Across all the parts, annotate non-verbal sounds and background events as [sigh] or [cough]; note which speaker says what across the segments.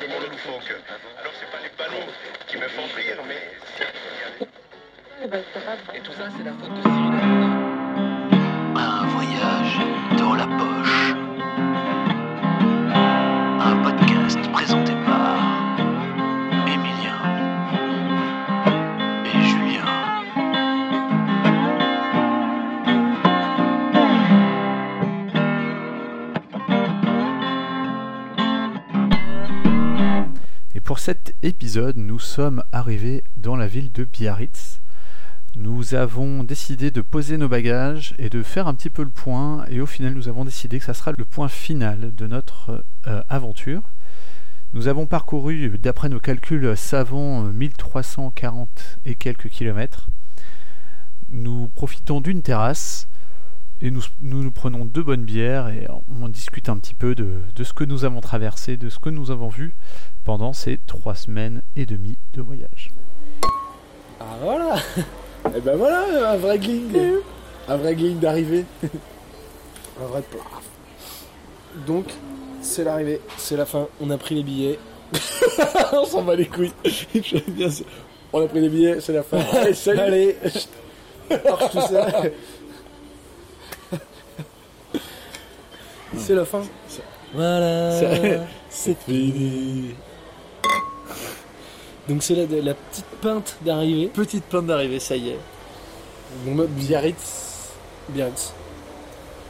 Speaker 1: donc. Alors c'est pas les ballons qui me font rire, mais
Speaker 2: Et tout ça, c'est la faute de Cyril Hanouna.
Speaker 3: Un voyage dans la poche. Un podcast présenté par Emilien et Julien.
Speaker 4: Et pour cet épisode, nous sommes arrivés dans la ville de Biarritz. Nous avons décidé de poser nos bagages et de faire un petit peu le point. Et au final, nous avons décidé que ça sera le point final de notre euh, aventure. Nous avons parcouru, d'après nos calculs savants, euh, 1340 et quelques kilomètres. Nous profitons d'une terrasse et nous, nous nous prenons deux bonnes bières et on discute un petit peu de- de ce que nous avons traversé, de ce que nous avons vu pendant ces trois semaines et demie de voyage.
Speaker 5: Ah voilà [laughs] Et ben voilà, un vrai gling Un vrai gling d'arrivée [laughs] Un vrai plaf Donc, c'est l'arrivée, c'est la fin, on a pris les billets. [laughs] on s'en bat les couilles J'aime bien ça. On a pris les billets, c'est
Speaker 6: [laughs]
Speaker 5: la fin. Allez, salut Allez tout ça C'est la fin.
Speaker 6: Voilà.
Speaker 5: C'est fini.
Speaker 6: Donc c'est la, la petite pinte d'arrivée. Petite pinte d'arrivée, ça y est.
Speaker 5: Bon, bah, Biarritz.
Speaker 6: Biarritz.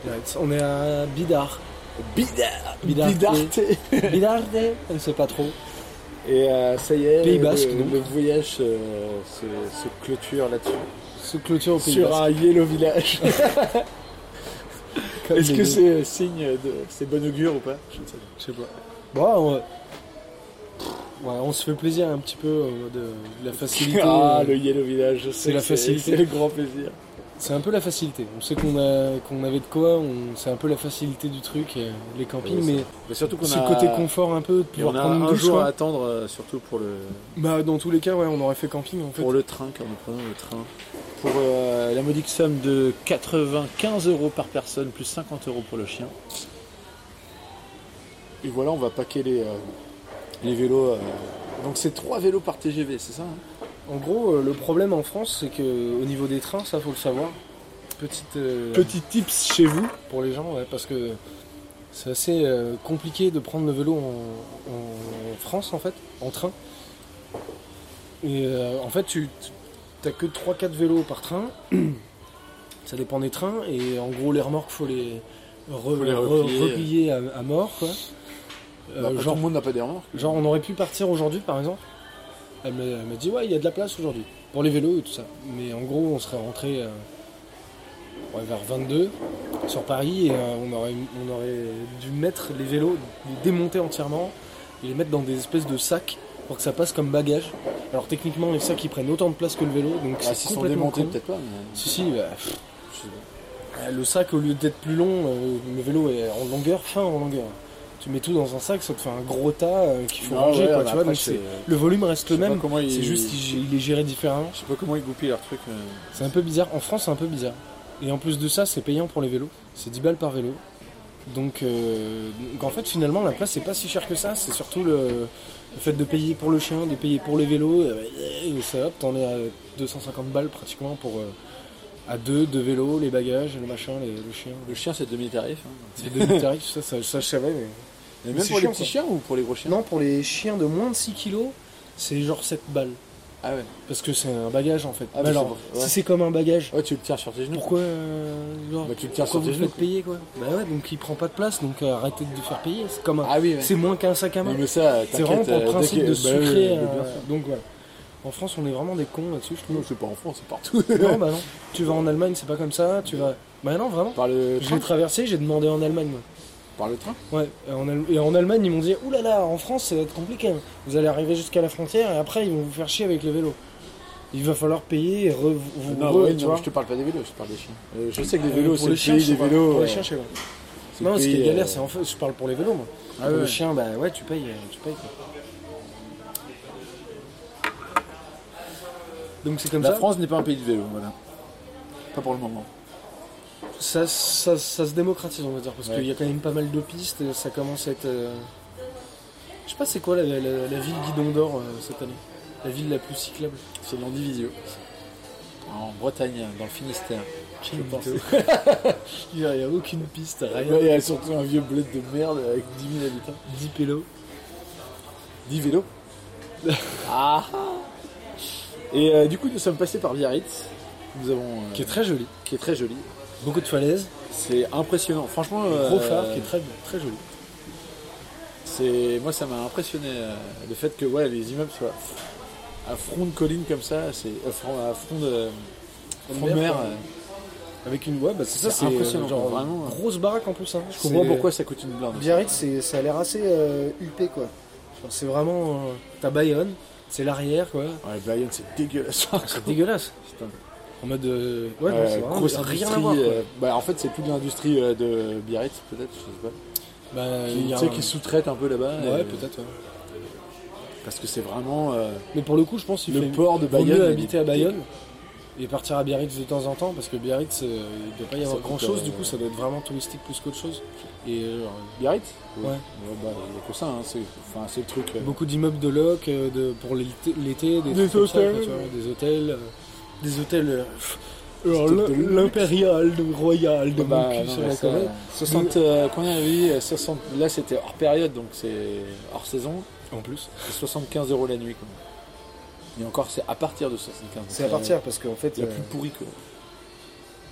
Speaker 6: Biarritz. On est à Bidart.
Speaker 5: Bidart.
Speaker 6: Bidart.
Speaker 5: Bidarté.
Speaker 6: Bidart On ne sait pas trop.
Speaker 5: Et euh, ça y est,
Speaker 6: Pays Basque,
Speaker 5: le,
Speaker 6: non
Speaker 5: le voyage euh, se, se clôture là-dessus.
Speaker 6: Se clôture au Pays
Speaker 5: Sur
Speaker 6: Basque.
Speaker 5: un
Speaker 6: [laughs]
Speaker 5: Yellow Village.
Speaker 6: Comme
Speaker 5: Est-ce
Speaker 6: les
Speaker 5: que
Speaker 6: deux.
Speaker 5: c'est signe de. C'est bon augure ou pas Je ne sais pas.
Speaker 6: Je sais pas. Bon, on... ouais, on se fait plaisir un petit peu en mode, euh, la facilité.
Speaker 5: [laughs] Ah,
Speaker 6: euh,
Speaker 5: le Yellow Village, je sais
Speaker 6: la
Speaker 5: que
Speaker 6: facilité.
Speaker 5: C'est le grand plaisir.
Speaker 6: C'est un peu la facilité. On sait qu'on a qu'on avait de quoi. On... C'est un peu la facilité du truc, euh, les campings,
Speaker 5: Ouais,
Speaker 6: mais
Speaker 5: Mais surtout qu'on
Speaker 6: c'est
Speaker 5: a.
Speaker 6: le côté confort un peu de
Speaker 5: et on
Speaker 6: pouvoir
Speaker 5: a
Speaker 6: prendre une
Speaker 5: un
Speaker 6: douche,
Speaker 5: jour
Speaker 6: quoi.
Speaker 5: à attendre, euh, surtout pour le,
Speaker 6: Bah dans tous les cas, ouais, on aurait fait camping en fait.
Speaker 5: pour le train, car nous prenons le train. Pour euh, la modique somme de 95 euros par personne, plus 50 euros pour le chien. Et voilà, on va paquer les, euh, les vélos. euh. Donc c'est 3 vélos par TGV, c'est ça hein
Speaker 6: En gros, euh, le problème en France, c'est que au niveau des trains, ça faut le savoir. Petite, euh,
Speaker 5: Petit tips chez vous. euh,
Speaker 6: pour les gens, ouais, parce que c'est assez euh, compliqué de prendre le vélo en, en France en fait, en train. Et euh, en fait, tu t'as que 3-4 vélos par train. [clears throat] ça dépend des trains et en gros les remorques faut les, re-
Speaker 5: les
Speaker 6: re-
Speaker 5: replier.
Speaker 6: replier à, à mort quoi. Euh,
Speaker 5: Bah,
Speaker 6: genre
Speaker 5: tout le monde n'a pas des remorques.
Speaker 6: Genre on aurait pu partir aujourd'hui par exemple. Elle m'a elle m'a dit ouais il y a de la place aujourd'hui pour les vélos et tout ça. Mais en gros on serait rentré euh, ouais, vers 22 sur Paris et euh, on, aurait, on aurait dû mettre les vélos, les démonter entièrement et les mettre dans des espèces de sacs pour que ça passe comme bagage. Alors techniquement les sacs ils prennent autant de place que le vélo donc
Speaker 5: Ah,
Speaker 6: c'est
Speaker 5: S'ils sont
Speaker 6: complètement
Speaker 5: démontés,
Speaker 6: con.
Speaker 5: peut-être pas. mais-
Speaker 6: Si si bah, pff, euh, le sac au lieu d'être plus long, euh, le vélo est en longueur, fin en longueur. Tu mets tout dans un sac, ça te fait un gros tas euh, qu'il faut
Speaker 5: Ah
Speaker 6: ranger
Speaker 5: ouais,
Speaker 6: quoi, tu
Speaker 5: bah
Speaker 6: vois,
Speaker 5: après,
Speaker 6: donc
Speaker 5: c'est-
Speaker 6: c'est- le volume reste
Speaker 5: Je
Speaker 6: le
Speaker 5: sais pas
Speaker 6: même,
Speaker 5: comment
Speaker 6: c'est
Speaker 5: ils-
Speaker 6: juste qu'il il est géré différemment.
Speaker 5: Je sais pas comment ils goupillent leur truc. euh. mais-
Speaker 6: C'est un peu bizarre. En France, c'est un peu bizarre. Et en plus de ça, c'est payant pour les vélos. C'est 10 balles par vélo. Donc, euh, donc en fait, finalement, la place, c'est pas si cher que ça. C'est surtout le, le fait de payer pour le chien, de payer pour les vélos. euh, Et ça, hop, t'en es à 250 balles pratiquement pour. euh, à deux, deux vélos, les bagages, le machin, les- le chien.
Speaker 5: Le chien, c'est demi-tarif. hein.
Speaker 6: C'est deux tarifs, ça, ça, ça, je savais, mais.
Speaker 5: Et
Speaker 6: Mais
Speaker 5: même
Speaker 6: c'est
Speaker 5: pour les
Speaker 6: chiant,
Speaker 5: petits
Speaker 6: ça.
Speaker 5: chiens ou pour les gros chiens
Speaker 6: Non, pour les chiens de moins de 6 kilos, c'est genre 7 balles.
Speaker 5: Ah ouais.
Speaker 6: Parce que c'est un bagage en fait.
Speaker 5: Ah,
Speaker 6: Mais
Speaker 5: mais c'est
Speaker 6: alors,
Speaker 5: pour- ouais.
Speaker 6: si c'est comme un bagage,
Speaker 5: Ouais, tu le tiens sur tes genoux.
Speaker 6: pourquoi, euh, genre,
Speaker 5: Bah, tu le tiens
Speaker 6: pourquoi
Speaker 5: sur tes
Speaker 6: vous le
Speaker 5: genoux.
Speaker 6: faites payer quoi Bah ouais, donc il prend pas de place, donc euh, arrêtez de le faire payer. C'est comme un-
Speaker 5: Ah oui, ouais.
Speaker 6: c'est moins qu'un sac à
Speaker 5: Non,
Speaker 6: main.
Speaker 5: mais ça,
Speaker 6: C'est vraiment pour le
Speaker 5: t'inquiète, euh,
Speaker 6: principe
Speaker 5: dès
Speaker 6: de
Speaker 5: que- bah, oui, oui,
Speaker 6: sucrer.
Speaker 5: oui,
Speaker 6: euh,
Speaker 5: bien sûr.
Speaker 6: donc voilà. En France, on est vraiment des cons là-dessus, je
Speaker 5: Non,
Speaker 6: trouve.
Speaker 5: [laughs] c'est pas en France, c'est partout.
Speaker 6: non, bah non. Tu vas en Allemagne, c'est pas comme ça. Tu vas. Bah non, vraiment.
Speaker 5: Par le
Speaker 6: J'ai
Speaker 5: train
Speaker 6: traversé, j'ai demandé en Allemagne. moi.
Speaker 5: Par le train
Speaker 6: Ouais, et en, Allem- et en Allemagne, ils m'ont dit Ouh là là, en France, ça va être compliqué. hein. Vous allez arriver jusqu'à la frontière et après, ils vont vous faire chier avec le vélo. Il va falloir payer et re- vous.
Speaker 5: Non,
Speaker 6: re-
Speaker 5: ouais,
Speaker 6: tu
Speaker 5: non,
Speaker 6: vois.
Speaker 5: je te parle pas des vélos, je te parle des chiens. Euh, je sais que les
Speaker 6: Euh,
Speaker 5: vélos,
Speaker 6: pour
Speaker 5: c'est
Speaker 6: les
Speaker 5: le
Speaker 6: chiens,
Speaker 5: pays
Speaker 6: je sais
Speaker 5: des
Speaker 6: pas.
Speaker 5: vélos.
Speaker 6: Pour
Speaker 5: euh,
Speaker 6: les chiens, je sais pas.
Speaker 5: c'est le
Speaker 6: Non, ce qui
Speaker 5: pays,
Speaker 6: est galère,
Speaker 5: euh,
Speaker 6: c'est en fait, je parle pour les vélos, moi.
Speaker 5: Ah
Speaker 6: pour
Speaker 5: ouais.
Speaker 6: les chiens, bah ouais, tu payes, euh, tu payes quoi. Donc c'est comme
Speaker 5: La
Speaker 6: ça.
Speaker 5: France n'est pas un pays de vélo, voilà. Pas pour le moment.
Speaker 6: Ça, ça, ça se démocratise, on va dire, parce
Speaker 5: Ouais.
Speaker 6: qu'il y a quand même pas mal de pistes, et ça commence à être. euh, Je sais pas c'est quoi la, la- la- la ville Guidon d'Or euh, cette année. La ville la plus cyclable.
Speaker 5: C'est l'Andivisio. En Bretagne, dans le Finistère. Je pense.
Speaker 6: [laughs] Il n'y a aucune piste, rien.
Speaker 5: Ouais, il y a surtout un vieux bled de merde avec 10 000 habitants.
Speaker 6: 10 pélos. [laughs]
Speaker 5: 10 vélos. ah Et euh, du coup, nous sommes passés par Biarritz. Nous avons. euh,
Speaker 6: Qui est très joli.
Speaker 5: qui est très joli.
Speaker 6: Beaucoup de falaises.
Speaker 5: C'est impressionnant. Franchement,
Speaker 6: Un Gros
Speaker 5: euh,
Speaker 6: phare qui est très, très joli.
Speaker 5: c'est moi ça m'a impressionné euh, le fait que ouais les immeubles soient à front de colline comme ça, c'est à front, à front de front de mer.
Speaker 6: mer,
Speaker 5: euh,
Speaker 6: Avec une. Ouais, bah c'est ça,
Speaker 5: C'est
Speaker 6: c'est
Speaker 5: impressionnant,
Speaker 6: euh, genre,
Speaker 5: vraiment.
Speaker 6: Grosse baraque en plus. Hein. euh,
Speaker 5: Je comprends pourquoi ça coûte une blinde.
Speaker 7: Biarritz, c'est- ça a l'air assez euh, huppé, quoi. Genre, c'est vraiment. euh,
Speaker 6: T'as Bayonne, c'est l'arrière quoi.
Speaker 5: Ouais, Bayonne c'est dégueulasse.
Speaker 6: [laughs] C'est dégueulasse.
Speaker 5: Putain.
Speaker 6: En mode. euh,
Speaker 7: Ouais, non,
Speaker 5: Euh,
Speaker 7: c'est vraiment.
Speaker 5: grosse
Speaker 6: rien à
Speaker 5: industrie.
Speaker 6: voir, quoi.
Speaker 5: euh, bah, en fait, c'est plus de l'industrie euh, de Biarritz, peut-être, je sais pas.
Speaker 6: Bah,
Speaker 5: Qui-
Speaker 6: il y a
Speaker 5: tu sais,
Speaker 6: un-
Speaker 5: qui sous-traite un peu là-bas.
Speaker 6: Ouais,
Speaker 5: euh,
Speaker 6: peut-être. ouais.
Speaker 5: Parce que c'est vraiment. euh,
Speaker 6: Mais pour le coup, je pense qu'il
Speaker 5: Le
Speaker 6: fait
Speaker 5: port de
Speaker 6: vaut
Speaker 5: Bayonne,
Speaker 6: mieux
Speaker 5: il est
Speaker 6: habiter à
Speaker 5: petit.
Speaker 6: Bayonne et partir à Biarritz de temps en temps parce que Biarritz, euh, il ne doit pas y
Speaker 5: Ça
Speaker 6: avoir
Speaker 5: coûte,
Speaker 6: grand chose.
Speaker 5: euh,
Speaker 6: Du coup, ça doit être vraiment touristique plus qu'autre chose. Et euh, genre,
Speaker 5: Biarritz
Speaker 6: Ouais.
Speaker 5: bah, il y a que ça, hein, c'est enfin, c'est le truc. euh,
Speaker 6: beaucoup d'immeubles de loc euh, de, pour l'été, l'été, des,
Speaker 5: Des
Speaker 6: trucs comme ça,
Speaker 5: hôtels.
Speaker 6: quoi, tu vois, des hôtels, euh, des hôtels. euh, pff, alors,
Speaker 5: Des hôtels de
Speaker 6: l'im-
Speaker 5: luxe.
Speaker 6: L'impérial, le royal, de
Speaker 5: bah,
Speaker 6: mon cul
Speaker 5: non,
Speaker 6: sur
Speaker 5: mais
Speaker 6: la
Speaker 5: ça,
Speaker 6: colonne.
Speaker 5: 60, euh, combien on avait dit Euh, 60, Là, c'était hors période, donc c'est hors saison.
Speaker 6: En plus,
Speaker 5: C'est 75 euros la nuit. Quoi. Et encore, c'est à partir de 75.
Speaker 7: C'est à partir, parce qu'en fait.
Speaker 5: La
Speaker 7: euh,
Speaker 5: plus pourrie, quoi.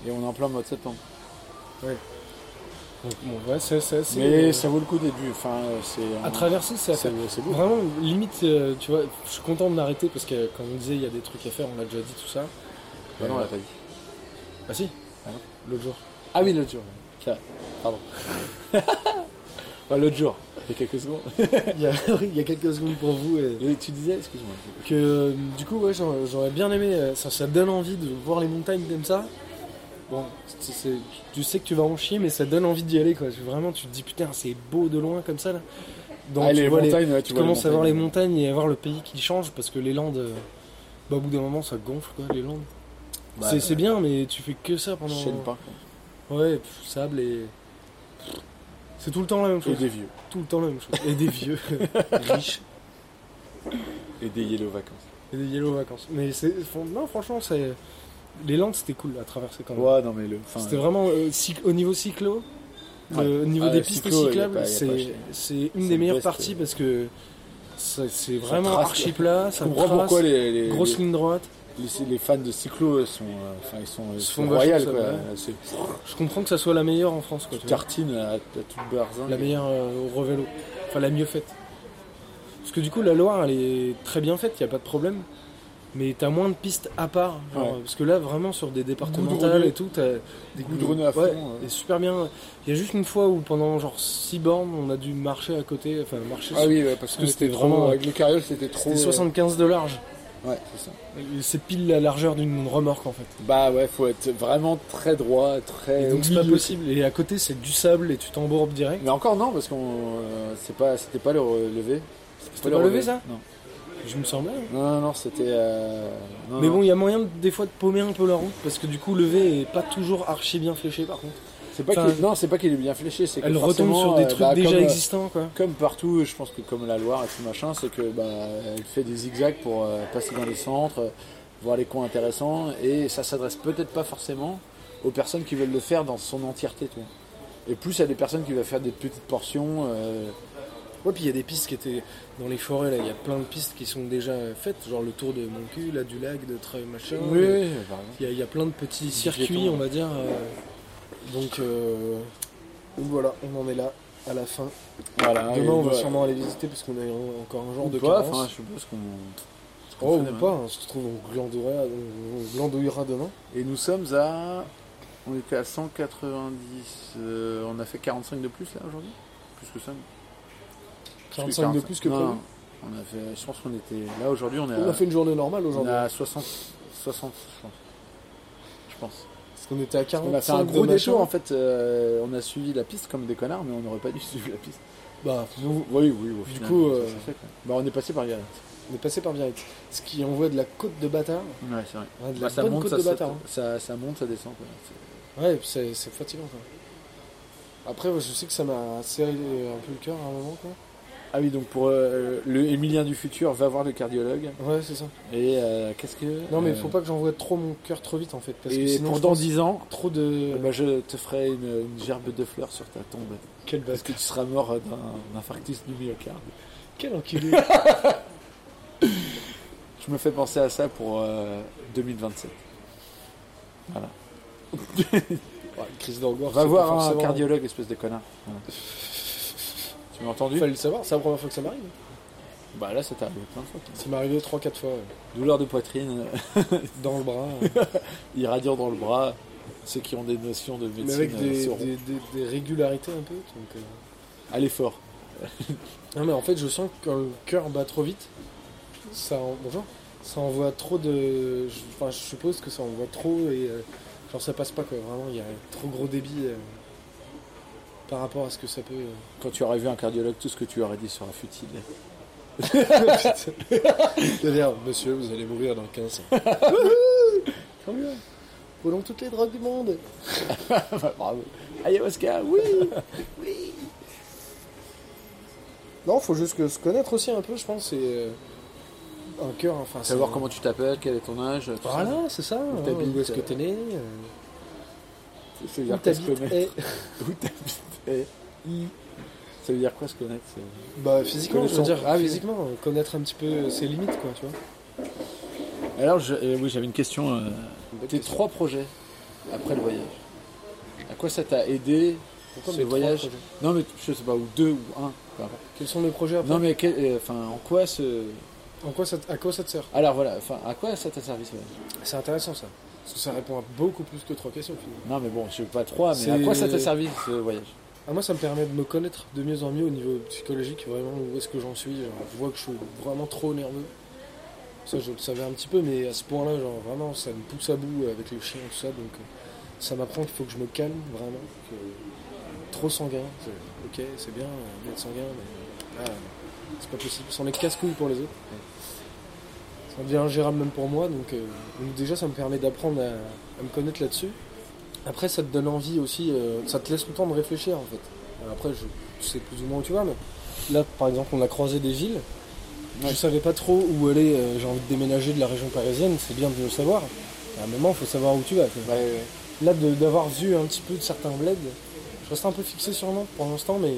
Speaker 5: Et on est en plein mois de septembre.
Speaker 6: donc bon, ouais, c'est, c'est, c'est-
Speaker 5: Mais ça vaut le coup au début. Enfin, euh, c'est.
Speaker 6: à traverser, c'est à
Speaker 5: c'est
Speaker 6: faire.
Speaker 5: c'est beau.
Speaker 6: Vraiment, limite, euh, tu vois, je suis content de m'arrêter parce que, comme on disait, il y a des trucs à faire, on l'a déjà dit, tout ça.
Speaker 5: Bah non, on l'a pas dit.
Speaker 6: Ah si,
Speaker 5: Ah non.
Speaker 6: l'autre jour. [laughs]
Speaker 5: Ah oui, l'autre jour. Ça, [laughs] Pardon. Bah, l'autre jour, il y a quelques secondes.
Speaker 6: [laughs]
Speaker 7: Il y, a, il y a quelques secondes pour vous. Et...
Speaker 5: [laughs] Et tu disais, excuse-moi.
Speaker 6: Que euh, du coup, ouais, j'aurais j'aurais bien aimé, euh, ça, ça donne envie de voir les montagnes comme ça. Bon, c'est- c'est- tu sais que tu vas en chier, mais ça donne envie d'y aller, quoi. Tu- Vraiment, tu te dis, putain, c'est beau de loin comme ça, là. Dans-
Speaker 5: Ah,
Speaker 6: tu
Speaker 5: les
Speaker 6: vois les-
Speaker 5: montagnes, ouais,
Speaker 6: tu
Speaker 5: vois les
Speaker 6: commences à voir les
Speaker 5: montagnes.
Speaker 6: montagnes et à voir le pays qui change parce que les landes, euh, bah, au bout d'un moment, ça gonfle, quoi, les landes.
Speaker 5: Bah,
Speaker 6: c'est c'est bien, mais tu fais que ça pendant.
Speaker 5: Chaîne pas.
Speaker 6: Ouais, pff, sable et. C'est tout le temps la même
Speaker 5: Et
Speaker 6: chose.
Speaker 5: des vieux.
Speaker 6: Tout le temps la même chose. Et des vieux, [laughs] riches,
Speaker 5: Et des yellow vacances.
Speaker 6: et des yellow vacances. Mais c'est. fran- Non, franchement, c'est. Les Landes, c'était cool à traverser quand même.
Speaker 5: Ouais, non, mais le. enfin,
Speaker 6: C'était vraiment. euh, cyc- Au niveau cyclo, le-
Speaker 5: Ouais.
Speaker 6: au niveau
Speaker 5: Ah,
Speaker 6: des
Speaker 5: le
Speaker 6: pistes
Speaker 5: cyclo, y a pas- y
Speaker 6: cyclables,
Speaker 5: a pas
Speaker 6: c'est
Speaker 5: acheté.
Speaker 6: c'est une
Speaker 5: C'est
Speaker 6: des
Speaker 5: le
Speaker 6: meilleures
Speaker 5: best,
Speaker 6: parties
Speaker 5: euh.
Speaker 6: parce que. ça- C'est vraiment
Speaker 5: trace,
Speaker 6: archi plat, ça
Speaker 5: Je comprends
Speaker 6: trace,
Speaker 5: pourquoi les, les,
Speaker 6: grosse ligne droite.
Speaker 5: les, les- les fans de cyclo sont, euh, enfin, ils sont, ils
Speaker 6: Se
Speaker 5: sont
Speaker 6: font
Speaker 5: royales,
Speaker 6: vachement
Speaker 5: quoi.
Speaker 6: ça,
Speaker 5: C'est pff,
Speaker 6: Je comprends que ça soit la meilleure en France, quoi. tu vois.
Speaker 5: tartine à, à toute barzingue.
Speaker 6: La meilleure euh, au revélo. Enfin, la mieux faite. Parce que du coup, la Loire, elle est très bien faite, il n'y a pas de problème. Mais t'as moins de pistes à part. genre,
Speaker 5: Ouais.
Speaker 6: Parce que là, vraiment, sur des départementales
Speaker 5: Goudronné.
Speaker 6: et tout, t'as des
Speaker 5: Goudronné à fond,
Speaker 6: Ouais,
Speaker 5: hein.
Speaker 6: et super bien. Il y a juste une fois où, pendant genre 6 bornes, on a dû marcher à côté. Enfin, marcher.
Speaker 5: Ah
Speaker 6: sur-
Speaker 5: oui, ouais, parce que
Speaker 6: Ouais,
Speaker 5: c'était
Speaker 6: c'était
Speaker 5: vraiment.
Speaker 6: vraiment-
Speaker 5: Avec le carriole, c'était trop. euh,
Speaker 6: C'était 75 de large.
Speaker 5: Ouais, c'est ça.
Speaker 6: Et C'est pile la largeur d'une remorque en fait.
Speaker 5: Bah ouais, faut être vraiment très droit, très.
Speaker 6: Et donc c'est pas
Speaker 5: milieu.
Speaker 6: possible. Et à côté c'est du sable et tu t'embourbes direct.
Speaker 5: Mais encore non, parce qu'on, euh, c'est pas, c'était pas le relevé.
Speaker 6: C'était pas le lever, ça
Speaker 5: Non,
Speaker 6: Je me semblais. hein.
Speaker 5: non, non, non, c'était. euh, non,
Speaker 6: Mais
Speaker 5: non.
Speaker 6: bon, il y a moyen de- des fois de paumer un peu la route parce que du coup, lever est pas toujours archi bien fléché par contre.
Speaker 5: c'est pas
Speaker 6: enfin,
Speaker 5: qu'il, non, c'est pas qu'il est bien fléché, c'est que
Speaker 6: Elle retombe
Speaker 5: forcément,
Speaker 6: sur des
Speaker 5: euh,
Speaker 6: trucs
Speaker 5: bah,
Speaker 6: déjà
Speaker 5: comme, euh,
Speaker 6: existants, quoi.
Speaker 5: Comme partout, je pense que comme la Loire et tout machin, c'est que bah, elle fait des zigzags pour euh, passer dans les centres, euh, voir les coins intéressants, et ça s'adresse peut-être pas forcément aux personnes qui veulent le faire dans son entièreté, tu vois. Et plus à des personnes qui veulent faire des petites portions. euh,
Speaker 6: Ouais, puis il y a des pistes qui étaient dans les forêts, là. Il y a plein de pistes qui sont déjà euh, faites, genre le tour de mon cul, là, du lac, de Treuil, machin. Euh,
Speaker 5: par exemple.
Speaker 6: Il y, a- il y a plein de petits circuits,
Speaker 5: piétons.
Speaker 6: on va dire. euh, donc, euh,
Speaker 7: Donc voilà, on en est là, à la fin.
Speaker 5: Voilà.
Speaker 6: Ah
Speaker 5: et
Speaker 7: Demain, on va
Speaker 5: voilà.
Speaker 7: sûrement aller visiter, parce qu'on a en- encore un genre
Speaker 5: Ou
Speaker 7: de
Speaker 5: pas,
Speaker 7: carence.
Speaker 5: enfin, je suppose qu'on. qu'on
Speaker 7: Oh,
Speaker 5: fait
Speaker 7: ou
Speaker 5: demain.
Speaker 7: pas, hein, ça se trouve, on glandouillera, on on glandouillera demain.
Speaker 5: Et nous sommes à. On était à 190. euh, on a fait 45 de plus là aujourd'hui Plus que ça non
Speaker 7: 45 de plus que
Speaker 5: Non,
Speaker 7: prévu.
Speaker 5: non. On a fait. Je pense qu'on était. Là aujourd'hui, on est
Speaker 7: On
Speaker 5: à,
Speaker 7: a fait une journée normale
Speaker 5: Euh, on est
Speaker 7: aujourd'hui.
Speaker 5: à 60. 60, je pense. Je pense.
Speaker 7: Parce qu'on était à
Speaker 5: On a fait
Speaker 7: 45
Speaker 5: un gros
Speaker 7: de machin.
Speaker 5: détour en fait. euh, on a suivi la piste comme des connards, mais on n'aurait pas dû [laughs] suivre la piste.
Speaker 7: Bah,
Speaker 5: Oui, oui, au final,
Speaker 7: coup,
Speaker 5: ça
Speaker 7: euh,
Speaker 5: s'est fait, quoi. Bah, on est passé par là.
Speaker 7: on est passé par Biarritz. Ce qui envoie de la côte de bâtard.
Speaker 5: Ouais, c'est vrai.
Speaker 7: hein, de
Speaker 5: Bah,
Speaker 7: la
Speaker 5: ça,
Speaker 7: bonne
Speaker 5: monte,
Speaker 7: côte
Speaker 5: ça,
Speaker 7: de
Speaker 5: saute-
Speaker 7: bâtard. hein.
Speaker 5: ça, ça monte, ça descend. quoi.
Speaker 6: hein.
Speaker 7: Ouais, c'est c'est fatigant quoi. Après, ouais, je sais que ça m'a serré un peu le cœur à un moment quoi.
Speaker 5: Ah oui, donc pour euh, le Émilien du futur va voir le cardiologue.
Speaker 6: Ouais, c'est ça.
Speaker 5: Et euh, qu'est-ce que.
Speaker 6: Non, mais
Speaker 5: euh,
Speaker 6: faut pas que j'envoie trop mon cœur trop vite en fait. Parce que
Speaker 5: Et
Speaker 6: sinon, je
Speaker 5: pendant
Speaker 6: pense
Speaker 5: 10 ans,
Speaker 6: trop de.
Speaker 5: euh, bah, je te ferai une, une gerbe de fleurs sur ta tombe.
Speaker 6: Quel
Speaker 5: Parce que tu seras mort euh, d'un infarctus du myocarde.
Speaker 6: [laughs] Quel
Speaker 5: [laughs]
Speaker 6: enculé
Speaker 5: Je me fais penser à ça pour euh, 2027.
Speaker 6: Ouais, Crise d'angoisse.
Speaker 5: Va
Speaker 6: c'est
Speaker 5: voir hein,
Speaker 6: pas
Speaker 5: un
Speaker 6: forcément-
Speaker 5: cardiologue, espèce de connard. Voilà.
Speaker 6: [laughs]
Speaker 5: tu m'as entendu
Speaker 6: Fallait le savoir, c'est la première fois que ça m'arrive.
Speaker 5: Bah là, ça t'est arrivé plein de fois.
Speaker 6: Ça m'est arrivé 3-4 fois. ouais.
Speaker 5: [laughs] Douleur de poitrine, euh, [laughs]
Speaker 6: Dans le bras.
Speaker 5: irradiant dans le bras. Ceux qui ont des notions de
Speaker 6: mais
Speaker 5: médecine
Speaker 6: avec
Speaker 5: euh,
Speaker 6: des,
Speaker 5: sauront.
Speaker 6: des- des- des régularités un peu. donc, euh.
Speaker 5: à l'effort.
Speaker 6: Non, mais en fait, je sens que quand le cœur bat trop vite, ça, en- bonjour, ça envoie trop de. je- Enfin, je suppose que ça envoie trop et. euh, Genre, ça passe pas quoi. Vraiment, il y a un trop gros débit euh, par rapport à ce que ça peut. euh.
Speaker 5: Quand tu aurais vu un cardiologue, tout ce que tu aurais dit sera futile.
Speaker 6: C'est-à-dire, Eh monsieur, vous allez mourir dans 15 ans. Tant mieux. Prenons toutes les drogues du monde.
Speaker 5: [laughs] Bravo. Ayahuasca, oui
Speaker 6: Non, faut juste que se connaître aussi un peu, je pense, et euh, un cœur, enfin. c'est-
Speaker 5: Savoir comment tu t'appelles, quel est ton âge, tout ça.
Speaker 6: Voilà, c'est ça. hein,
Speaker 5: t'habites,
Speaker 6: Où est-ce que
Speaker 5: euh,
Speaker 6: t'es né euh,
Speaker 5: Ça veut
Speaker 6: Où
Speaker 5: dire quoi se
Speaker 6: t'habites eh.
Speaker 5: connaître
Speaker 6: et-
Speaker 5: Où t'habites Eh, i. Ça veut dire quoi se connaître c'est-
Speaker 6: Bah physiquement, je veux
Speaker 5: Connaissance.
Speaker 6: dire,
Speaker 5: Ah oui.
Speaker 6: physiquement, euh, connaître un petit peu euh, ses limites, quoi, tu vois.
Speaker 5: Alors, je- euh, oui, j'avais une question. euh, tes trois projets après le voyage, à quoi ça t'a aidé
Speaker 6: Pourquoi
Speaker 5: ce
Speaker 6: mes trois
Speaker 5: voyage
Speaker 6: projets
Speaker 5: Non, mais je sais pas, ou deux ou un, peu importe.
Speaker 6: Quels sont mes projets après
Speaker 5: Non, mais quel- euh, enfin, en quoi ce.
Speaker 6: En quoi ça, te- À quoi ça te sert
Speaker 5: Alors voilà, enfin, à quoi ça t'a servi ce voyage
Speaker 6: C'est intéressant ça. Parce que ça répond à beaucoup plus que trois questions finalement.
Speaker 5: Non, mais bon, je sais pas trois, mais
Speaker 6: C'est-
Speaker 5: à quoi ça t'a servi ce voyage
Speaker 6: Ah, moi, ça me permet de me connaître de mieux en mieux au niveau psychologique, vraiment où est-ce que j'en suis. genre, je vois que je suis vraiment trop nerveux. Ça, je le savais un petit peu, mais à ce point-là, genre vraiment, ça me pousse à bout avec le chien et tout ça. Donc, euh, ça m'apprend qu'il faut que je me calme vraiment. que- Trop sanguin. c'est- Ok, c'est bien euh, d'être sanguin, mais euh, ah, c'est pas possible. C'en est casse-couille pour les autres. Ça devient ingérable même pour moi. Donc, euh, donc déjà, ça me permet d'apprendre à- à me connaître là-dessus. Après, ça te donne envie aussi, euh, ça te laisse le temps de réfléchir en fait. Alors Après, je tu sais plus ou moins où tu vas, mais là, par exemple, on a croisé des villes. Je savais pas trop où aller. euh, J'ai envie de déménager de la région parisienne, c'est bien de le savoir. À un moment, il faut savoir où tu vas. quoi. Là, de- d'avoir vu un petit peu de certains bleds, je reste un peu fixé sur Nantes pour l'instant, mais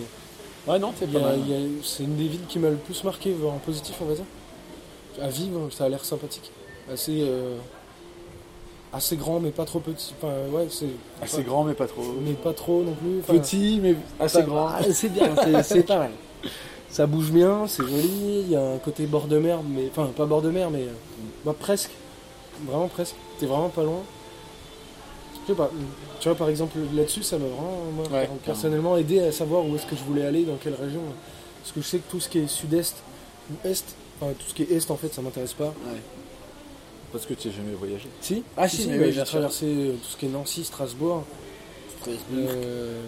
Speaker 5: Ouais, non, c'est
Speaker 6: il y
Speaker 5: pas
Speaker 6: a-
Speaker 5: mal.
Speaker 6: il y a- c'est une des villes qui m'a le plus marqué en positif, on va dire. À vivre, ça a l'air sympathique. Assez, euh, assez grand, mais pas trop petit. Enfin, ouais, c'est
Speaker 5: Assez grand, mais pas trop.
Speaker 6: mais pas trop non plus. Enfin,
Speaker 5: Petit, mais assez
Speaker 6: pas-
Speaker 5: grand.
Speaker 6: Ah, c'est bien, c'est- c'est pas mal. Ça bouge bien, c'est joli, il y a un côté bord de mer, mais enfin pas bord de mer, mais euh, bah, presque, vraiment presque. T'es vraiment pas loin. Je sais pas, tu vois par exemple là-dessus, ça m'a vraiment moi,
Speaker 5: Ouais,
Speaker 6: personnellement aidé à savoir où est-ce que je voulais aller, dans quelle région. Parce que je sais que tout ce qui est sud-est ou est, enfin, tout ce qui est est en fait, ça m'intéresse pas.
Speaker 5: [laughs] Parce que tu n'as jamais voyagé.
Speaker 6: Si
Speaker 5: Ah,
Speaker 6: Si,
Speaker 5: si,
Speaker 6: si,
Speaker 5: mais
Speaker 6: bah,
Speaker 5: oui,
Speaker 6: j'ai
Speaker 5: bien sûr.
Speaker 6: traversé euh, tout ce qui est Nancy, Strasbourg. Euh,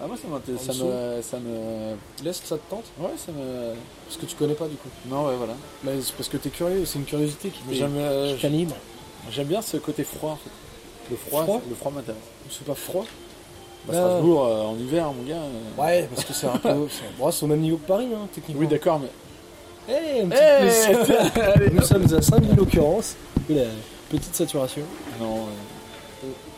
Speaker 5: Ah, moi, ça m'intéresse.
Speaker 6: En
Speaker 5: Ça me, ça me.
Speaker 6: L'Est, ça te tente
Speaker 5: Ouais, ça me.
Speaker 6: Parce que tu connais pas du coup.
Speaker 5: Non, ouais, voilà.
Speaker 6: Mais Bah, c'est parce que t'es curieux, c'est une curiosité qui
Speaker 5: Mais
Speaker 6: t'est-
Speaker 5: J'aime euh,
Speaker 6: qui t'anime.
Speaker 5: j'aime bien ce côté froid. en fait. Le froid,
Speaker 6: Froid
Speaker 5: le froid m'intéresse.
Speaker 6: C'est pas froid
Speaker 5: Bah,
Speaker 6: Ah.
Speaker 5: Strasbourg, euh, en hiver, mon gars. euh,
Speaker 6: Ouais, parce que c'est un peu. c'est- Bon, c'est au même niveau que Paris, hein, techniquement.
Speaker 5: Oui, d'accord, mais.
Speaker 6: Eh, une petite plus. [laughs] Nous sommes à 5000 occurrences. La petite saturation.
Speaker 5: Non, euh,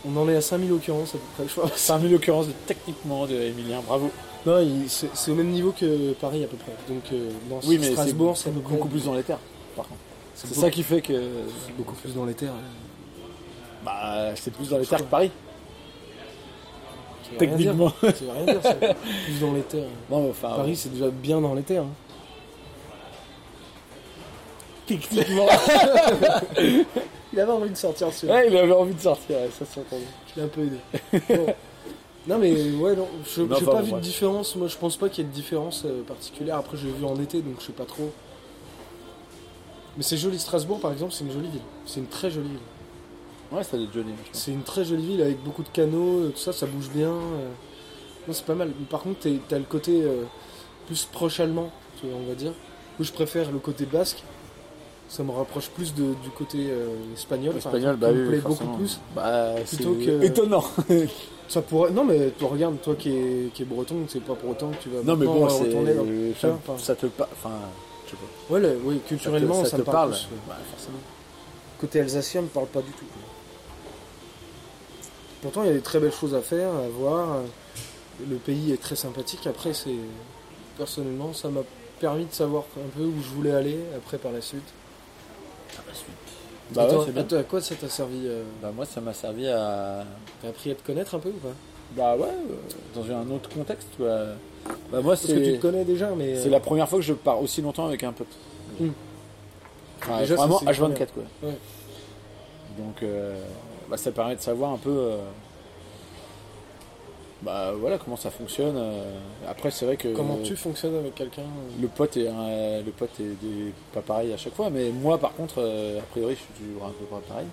Speaker 6: On en est à 5000 occurrences à peu près, je crois.
Speaker 5: 5000 occurrences de- techniquement de Emilien, bravo.
Speaker 6: Non, il- c'est c'est au même niveau que Paris à peu près. Donc, euh, dans
Speaker 5: Oui, mais
Speaker 6: Strasbourg,
Speaker 5: c'est
Speaker 6: c'est
Speaker 5: beaucoup plus dans les terres, par contre. C'est
Speaker 6: beaucoup-
Speaker 5: ça qui fait que.
Speaker 6: Beaucoup plus dans les terres. euh,
Speaker 5: Bah, c'est plus dans les terres que Paris,
Speaker 6: hein.
Speaker 5: techniquement. Ah
Speaker 6: Ça veut rien dire, ça. Plus dans les terres.
Speaker 5: Non, mais enfin.
Speaker 6: Paris, c'est déjà bien dans les terres. hein.
Speaker 5: techniquement.
Speaker 6: Il avait envie de sortir sur.
Speaker 5: [laughs] ouais, il avait envie de sortir, ouais, ça s'entend.
Speaker 6: Je l'ai un peu
Speaker 5: [laughs]
Speaker 6: aidé. Bon. Non mais ouais non, je
Speaker 5: Non,
Speaker 6: j'ai
Speaker 5: enfin,
Speaker 6: pas
Speaker 5: bon,
Speaker 6: vu de
Speaker 5: bref.
Speaker 6: différence, moi je pense pas qu'il y ait de différence euh, particulière, après j'ai vu en été donc je sais pas trop. Mais c'est joli Strasbourg par exemple, c'est une jolie ville, c'est une très jolie ville.
Speaker 5: Ouais, ça doit être joli, je pense.
Speaker 6: C'est une très jolie ville avec beaucoup de canaux, euh, tout ça, ça bouge bien. euh. Non c'est pas mal, Mais par contre t'es- t'as le côté euh, plus proche allemand, tu vois, on va dire. Où je préfère le côté basque, ça me rapproche plus de- du côté euh, espagnol. enfin,
Speaker 5: Espagnol,
Speaker 6: qui
Speaker 5: bah
Speaker 6: me
Speaker 5: oui,
Speaker 6: plaît
Speaker 5: forcément.
Speaker 6: beaucoup plus.
Speaker 5: Bah,
Speaker 6: Plutôt
Speaker 5: c'est
Speaker 6: que- [laughs]
Speaker 5: étonnant.
Speaker 6: Ça pourrait. Non, mais toi, regarde, toi qui es, qui es breton, c'est pas pour autant que tu vas.
Speaker 5: non, mais
Speaker 6: maintenant,
Speaker 5: bon,
Speaker 6: euh,
Speaker 5: c'est
Speaker 6: retourner dans-
Speaker 5: ça,
Speaker 6: enfin.
Speaker 5: ça te parle. Enfin, je sais pas.
Speaker 6: Ouais, le- oui,
Speaker 5: Ça te-
Speaker 6: culturellement, ça,
Speaker 5: ça te,
Speaker 6: me parle.
Speaker 5: parle.
Speaker 6: plus, ouais.
Speaker 5: Bah, forcément.
Speaker 6: Côté alsacien, me parle pas du tout. Pourtant, il y a des très belles choses à faire, à voir. Le pays est très sympathique. Après, c'est personnellement, ça m'a permis de savoir un peu où je voulais aller après par la suite.
Speaker 5: Bah,
Speaker 6: Et
Speaker 5: ouais,
Speaker 6: toi,
Speaker 5: c'est bien.
Speaker 6: à toi, à quoi ça t'a servi euh,
Speaker 5: Bah, moi, ça m'a servi à.
Speaker 6: T'as appris à te connaître un peu ou pas
Speaker 5: Bah, ouais, euh, dans un autre contexte. Bah, bah moi,
Speaker 6: Parce que tu
Speaker 5: c'est
Speaker 6: te connais déjà, mais
Speaker 5: c'est
Speaker 6: euh,
Speaker 5: la première fois que je pars aussi longtemps avec un pote.
Speaker 6: Hmm.
Speaker 5: Enfin,
Speaker 6: Déjà, ça,
Speaker 5: vraiment
Speaker 6: c'est une
Speaker 5: H24, quoi.
Speaker 6: Ouais.
Speaker 5: Donc, euh, bah, ça permet de savoir un peu. euh, bah, voilà, comment ça fonctionne. euh. Après, c'est vrai que.
Speaker 6: comment tu fonctionnes avec quelqu'un euh,
Speaker 5: Le pote est, un- le pote est des- pas pareil à chaque fois, mais moi par contre, euh, a priori, je suis toujours un peu pas pareil.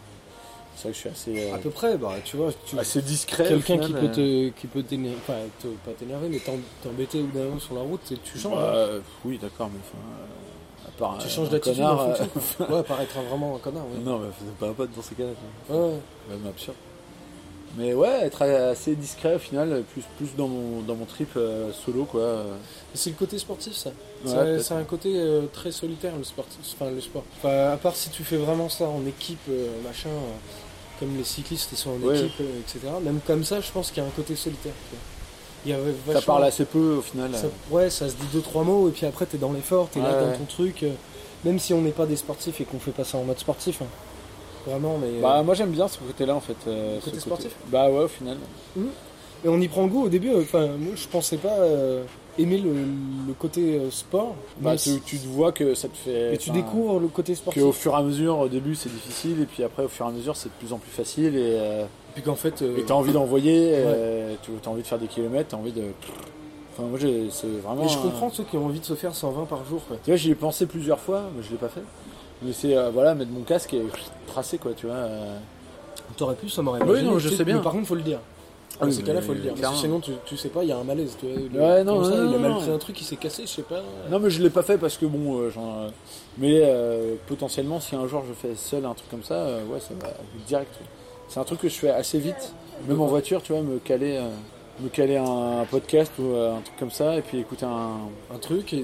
Speaker 5: C'est vrai que je suis assez, euh,
Speaker 6: À peu près, bah, tu vois, tu-
Speaker 5: assez discret.
Speaker 6: quelqu'un
Speaker 5: au
Speaker 6: qui,
Speaker 5: final,
Speaker 6: peut
Speaker 5: euh,
Speaker 6: te, qui peut t'énerver, enfin, te- pas t'énerver, mais t'em- t'embêter au bout d'un moment sur la route, c'est que tu changes.
Speaker 5: bah,
Speaker 6: hein.
Speaker 5: euh, oui, d'accord, mais enfin, euh, à part.
Speaker 6: Tu
Speaker 5: un-
Speaker 6: changes
Speaker 5: un
Speaker 6: d'attitude
Speaker 5: connard,
Speaker 6: en
Speaker 5: euh,
Speaker 6: fonction, [laughs] Ouais, paraître un- vraiment un connard, ouais.
Speaker 5: [laughs] non, mais c'est pas un pote dans ces cas-là.
Speaker 6: Ouais, ouais.
Speaker 5: c'est Même absurde. Mais ouais, être assez discret au final, plus, plus dans, mon, dans mon trip euh, solo quoi. euh.
Speaker 6: C'est le côté sportif, ça.
Speaker 5: Ouais,
Speaker 6: C'est-
Speaker 5: peut-être.
Speaker 6: c'est un côté euh, très solitaire, le, sportif, enfin, le sport. Enfin, à part si tu fais vraiment ça en équipe, euh, machin, euh, comme les cyclistes, ils sont en
Speaker 5: Ouais.
Speaker 6: équipe, euh, etc. Même comme ça, je pense qu'il y a un côté solitaire. tu vois. Il y avait
Speaker 5: Ça
Speaker 6: vachement-
Speaker 5: parle assez peu au final.
Speaker 6: ça-
Speaker 5: euh.
Speaker 6: ouais, ça se dit deux, trois mots, et puis après, t'es dans l'effort, t'es
Speaker 5: Ouais,
Speaker 6: là dans
Speaker 5: ouais.
Speaker 6: ton truc. euh, même si on n'est pas des sportifs et qu'on fait pas ça en mode sportif. hein. Vraiment, mais. euh,
Speaker 5: Bah moi j'aime bien ce côté-là en fait. euh,
Speaker 6: Côté
Speaker 5: ce
Speaker 6: sportif
Speaker 5: Bah ouais au final.
Speaker 6: Et on y prend goût au début. euh, Enfin, moi, je pensais pas euh, aimer le, le côté euh, sport.
Speaker 5: Bah,
Speaker 6: mais
Speaker 5: tu, tu te vois que ça te fait.
Speaker 6: mais tu
Speaker 5: enfin,
Speaker 6: découvres le côté sportif.
Speaker 5: que au fur et à mesure, au début c'est difficile, et puis après au fur et à mesure c'est de plus en plus facile, et euh,
Speaker 6: Puis qu'en fait, euh,
Speaker 5: et t'as envie d'envoyer, euh, tu as envie de faire des kilomètres, t'as envie de. Enfin moi j'ai- c'est vraiment.
Speaker 6: mais je
Speaker 5: un-
Speaker 6: comprends ceux qui ont envie de se faire 120 par jour. Quoi.
Speaker 5: Tu vois j'y ai pensé plusieurs fois, mais je l'ai pas fait. Mais c'est euh, voilà mettre mon casque et tracer quoi, tu vois. euh.
Speaker 6: T'aurais pu, ça m'aurait.
Speaker 5: Oui,
Speaker 6: pas gêné,
Speaker 5: non, je
Speaker 6: tu
Speaker 5: sais bien.
Speaker 6: Mais par contre, faut le dire.
Speaker 5: Ah
Speaker 6: Dans
Speaker 5: oui,
Speaker 6: ces cas-là,
Speaker 5: mais
Speaker 6: faut le dire. Parce
Speaker 5: clairement.
Speaker 6: que sinon, tu, tu sais pas, il y a un malaise. Tu vois, le-
Speaker 5: Ouais, non,
Speaker 6: comme ça,
Speaker 5: non,
Speaker 6: il a
Speaker 5: non,
Speaker 6: mal
Speaker 5: non.
Speaker 6: pris un truc, il s'est cassé, je sais pas.
Speaker 5: Non mais je l'ai pas fait parce que bon, euh, j'en- euh, mais euh, potentiellement si un jour je fais seul un truc comme ça, euh, ouais ça va direct. C'est un truc que je fais assez vite, même en voiture, tu vois, me caler, euh, me caler un podcast ou euh, un truc comme ça et puis écouter un.
Speaker 6: Un truc. Et...